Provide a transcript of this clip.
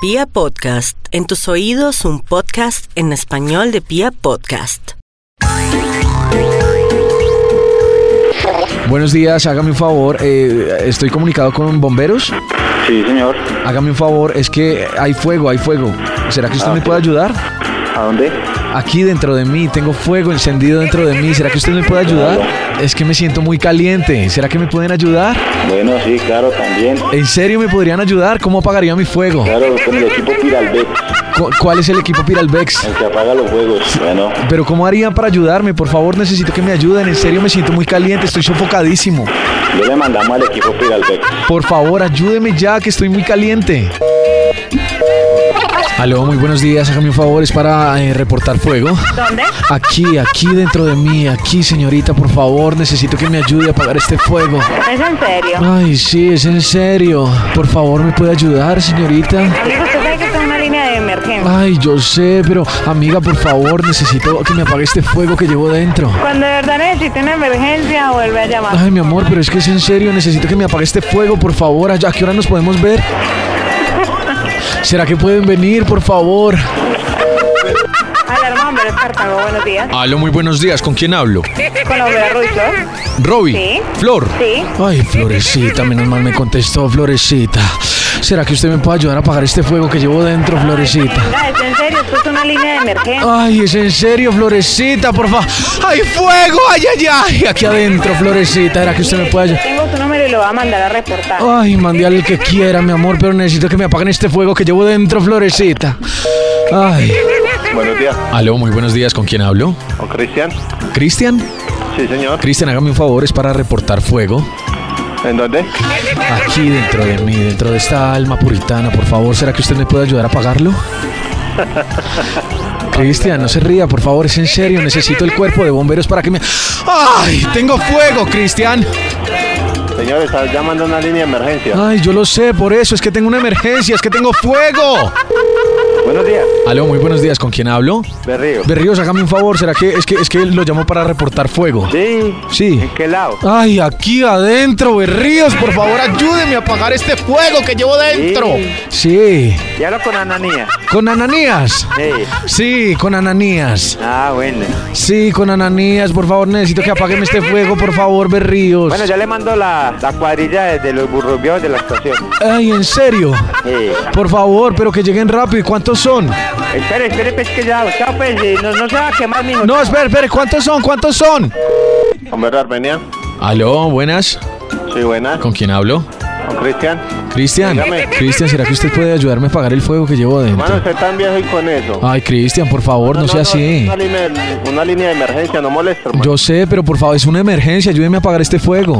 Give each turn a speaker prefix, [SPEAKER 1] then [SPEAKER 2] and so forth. [SPEAKER 1] Pia Podcast, en tus oídos un podcast en español de Pia Podcast.
[SPEAKER 2] Buenos días, hágame un favor, eh, estoy comunicado con bomberos.
[SPEAKER 3] Sí, señor.
[SPEAKER 2] Hágame un favor, es que hay fuego, hay fuego. ¿Será que usted
[SPEAKER 3] Ah,
[SPEAKER 2] me
[SPEAKER 3] ok.
[SPEAKER 2] puede ayudar?
[SPEAKER 3] ¿A dónde?
[SPEAKER 2] Aquí dentro de mí, tengo fuego encendido dentro de mí. ¿Será que usted me puede ayudar? Es que me siento muy caliente. ¿Será que me pueden ayudar?
[SPEAKER 3] Bueno, sí, claro, también.
[SPEAKER 2] ¿En serio me podrían ayudar? ¿Cómo apagaría mi fuego?
[SPEAKER 3] Claro, con el equipo Piralbex,
[SPEAKER 2] ¿Cu- ¿Cuál es el equipo Piralbex?
[SPEAKER 3] el que apaga los juegos. Bueno,
[SPEAKER 2] Pero ¿cómo harían para ayudarme? Por favor, necesito que me ayuden. En serio, me siento muy caliente, estoy sofocadísimo.
[SPEAKER 3] yo le mandamos al equipo Piralbex.
[SPEAKER 2] Por favor, ayúdeme ya que estoy muy caliente. Aló, muy buenos días. Hágame un favor, es para eh, reportar fuego.
[SPEAKER 4] ¿Dónde?
[SPEAKER 2] Aquí, aquí dentro de mí, aquí, señorita, por favor, necesito que me ayude a apagar este fuego.
[SPEAKER 4] ¿Es en serio?
[SPEAKER 2] Ay, sí, es en serio. Por favor, ¿me puede ayudar, señorita?
[SPEAKER 4] Amigo, usted sabe que está en una línea de emergencia.
[SPEAKER 2] Ay, yo sé, pero amiga, por favor, necesito que me apague este fuego que llevo dentro.
[SPEAKER 4] Cuando de verdad necesite una emergencia, vuelve a llamar.
[SPEAKER 2] Ay, mi amor, pero es que es en serio, necesito que me apague este fuego, por favor. ¿A qué hora nos podemos ver? ¿Será que pueden venir, por favor?
[SPEAKER 4] Alarma, hombre, Espartago, buenos días.
[SPEAKER 2] Aló, muy buruenos días, ¿con quién hablo?
[SPEAKER 4] Con Hombre Ruizo.
[SPEAKER 2] Robbie.
[SPEAKER 4] Sí.
[SPEAKER 2] Flor.
[SPEAKER 4] Sí.
[SPEAKER 2] Ay, Florecita, menos mal me contestó, Florecita. ¿Será que usted me puede ayudar a apagar este fuego que llevo dentro, Florecita?
[SPEAKER 4] Venga, es en serio, esto es una línea de emergencia.
[SPEAKER 2] Ay, es en serio, Florecita, por favor. ¡Ay, fuego! ¡Ay, ay, ay! Aquí adentro, Florecita, ¿será que usted me puede ayudar?
[SPEAKER 4] Tengo su número y lo va a mandar a reportar.
[SPEAKER 2] Ay, mandé al que quiera, mi amor, pero necesito que me apaguen este fuego que llevo dentro, Florecita. Ay.
[SPEAKER 3] Buenos días.
[SPEAKER 2] Aló, muy buenos días, ¿con quién hablo?
[SPEAKER 3] ¿Con Cristian?
[SPEAKER 2] ¿Cristian?
[SPEAKER 3] Sí, señor.
[SPEAKER 2] Cristian, hágame un favor, es para reportar fuego.
[SPEAKER 3] ¿En dónde?
[SPEAKER 2] Aquí dentro de mí, dentro de esta alma puritana, por favor, ¿será que usted me puede ayudar a apagarlo? Cristian, no se ría, por favor, es en serio, necesito el cuerpo de bomberos para que me... ¡Ay! Tengo fuego, Cristian.
[SPEAKER 3] Señor, estás llamando a una línea de emergencia.
[SPEAKER 2] Ay, yo lo sé, por eso, es que tengo una emergencia, es que tengo fuego.
[SPEAKER 3] Buenos días.
[SPEAKER 2] Aló, muy buenos días, ¿con quién hablo?
[SPEAKER 3] Berrío.
[SPEAKER 2] Berríos, hágame un favor, ¿será que es que, es que lo llamó para reportar fuego?
[SPEAKER 3] Sí.
[SPEAKER 2] Sí.
[SPEAKER 3] ¿En qué lado?
[SPEAKER 2] Ay, aquí adentro, Berríos, por favor, ayúdeme a apagar este fuego que llevo dentro. Sí,
[SPEAKER 3] Ya hablo con Ananía.
[SPEAKER 2] con Ananías.
[SPEAKER 3] Sí.
[SPEAKER 2] Sí, con Ananías.
[SPEAKER 3] Ah, bueno.
[SPEAKER 2] Sí, con Ananías, por favor, necesito que apaguen este fuego, por favor, Berríos.
[SPEAKER 3] Bueno, ya le mando la, la cuadrilla de, de los burrubios de la estación.
[SPEAKER 2] Ay, en serio.
[SPEAKER 3] Sí.
[SPEAKER 2] Por favor, pero que lleguen rápido. ¿Y cuántos son?
[SPEAKER 3] Espere, espere, pues que ya. Chao, pues. eh, No, no se va a quemar, mijo.
[SPEAKER 2] No, espere, espere, ¿cuántos son? ¿Cuántos son?
[SPEAKER 3] Hombre, Armenia.
[SPEAKER 2] Aló, buenas.
[SPEAKER 3] Sí, buena.
[SPEAKER 2] ¿Con quién hablo?
[SPEAKER 3] Con Cristian.
[SPEAKER 2] Cristian.
[SPEAKER 3] Dígame.
[SPEAKER 2] Cristian, ¿será que usted puede ayudarme a apagar el fuego que llevo
[SPEAKER 3] Hermano,
[SPEAKER 2] dentro?
[SPEAKER 3] usted también soy con eso.
[SPEAKER 2] Ay, Cristian, por favor, Ah, no sea así.
[SPEAKER 3] Una línea, de- una línea de emergencia, no molesta, hermano.
[SPEAKER 2] Yo sé, pero por favor, es una emergencia, ayúdeme a apagar este fuego.